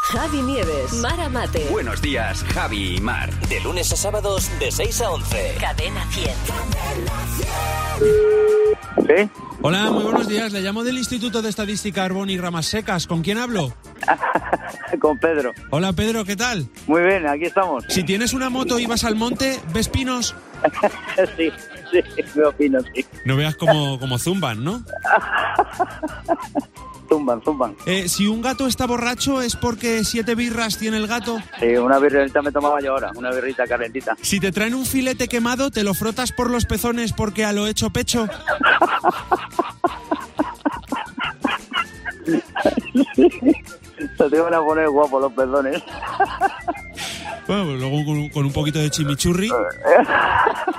Javi Nieves, Mara Mate, Buenos días, Javi y Mar. De lunes a sábados de 6 a 11. Cadena 100. ¿Sí? Hola, muy buenos días. Le llamo del Instituto de Estadística Arbón y Ramas Secas. ¿Con quién hablo? Con Pedro. Hola, Pedro, ¿qué tal? Muy bien, aquí estamos. Si tienes una moto y vas al monte, ¿ves pinos? sí, sí, me opino, sí. No veas como, como zumban, ¿no? Zumban, zumban. Eh, si un gato está borracho, ¿es porque siete birras tiene el gato? Sí, una birrita me tomaba yo ahora, una birrita calentita. Si te traen un filete quemado, ¿te lo frotas por los pezones porque a lo hecho pecho? Se te van a poner guapo los perdones. Bueno, pues luego con, con un poquito de chimichurri.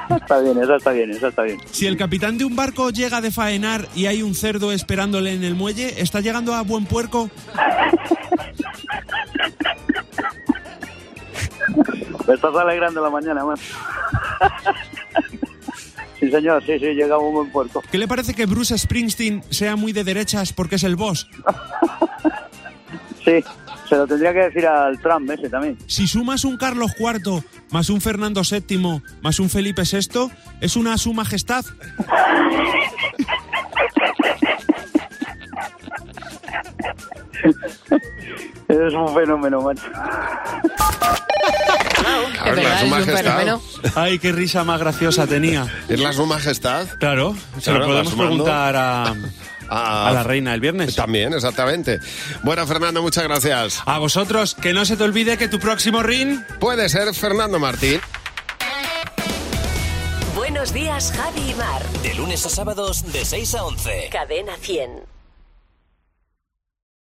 está bien, eso está bien, eso está bien. Si el capitán de un barco llega de faenar y hay un cerdo esperándole en el muelle, ¿está llegando a buen puerco? Me estás alegrando la mañana, man. sí, señor, sí, sí, llegamos a un buen puerto. ¿Qué le parece que Bruce Springsteen sea muy de derechas porque es el boss? Sí, se lo tendría que decir al Trump ese también. Si sumas un Carlos IV más un Fernando VII más un Felipe VI, es una su majestad. Es un fenómeno, macho. Es la verdad, su es un majestad. fenómeno. Ay, qué risa más graciosa tenía. ¿Es la su majestad? Claro, se Claro, lo podemos vas sumando. preguntar a, Ah, a la reina el viernes. También, exactamente. Bueno, Fernando, muchas gracias. A vosotros, que no se te olvide que tu próximo ring... Puede ser Fernando Martín. Buenos días, Javi y Mar. De lunes a sábados de 6 a 11. Cadena 100.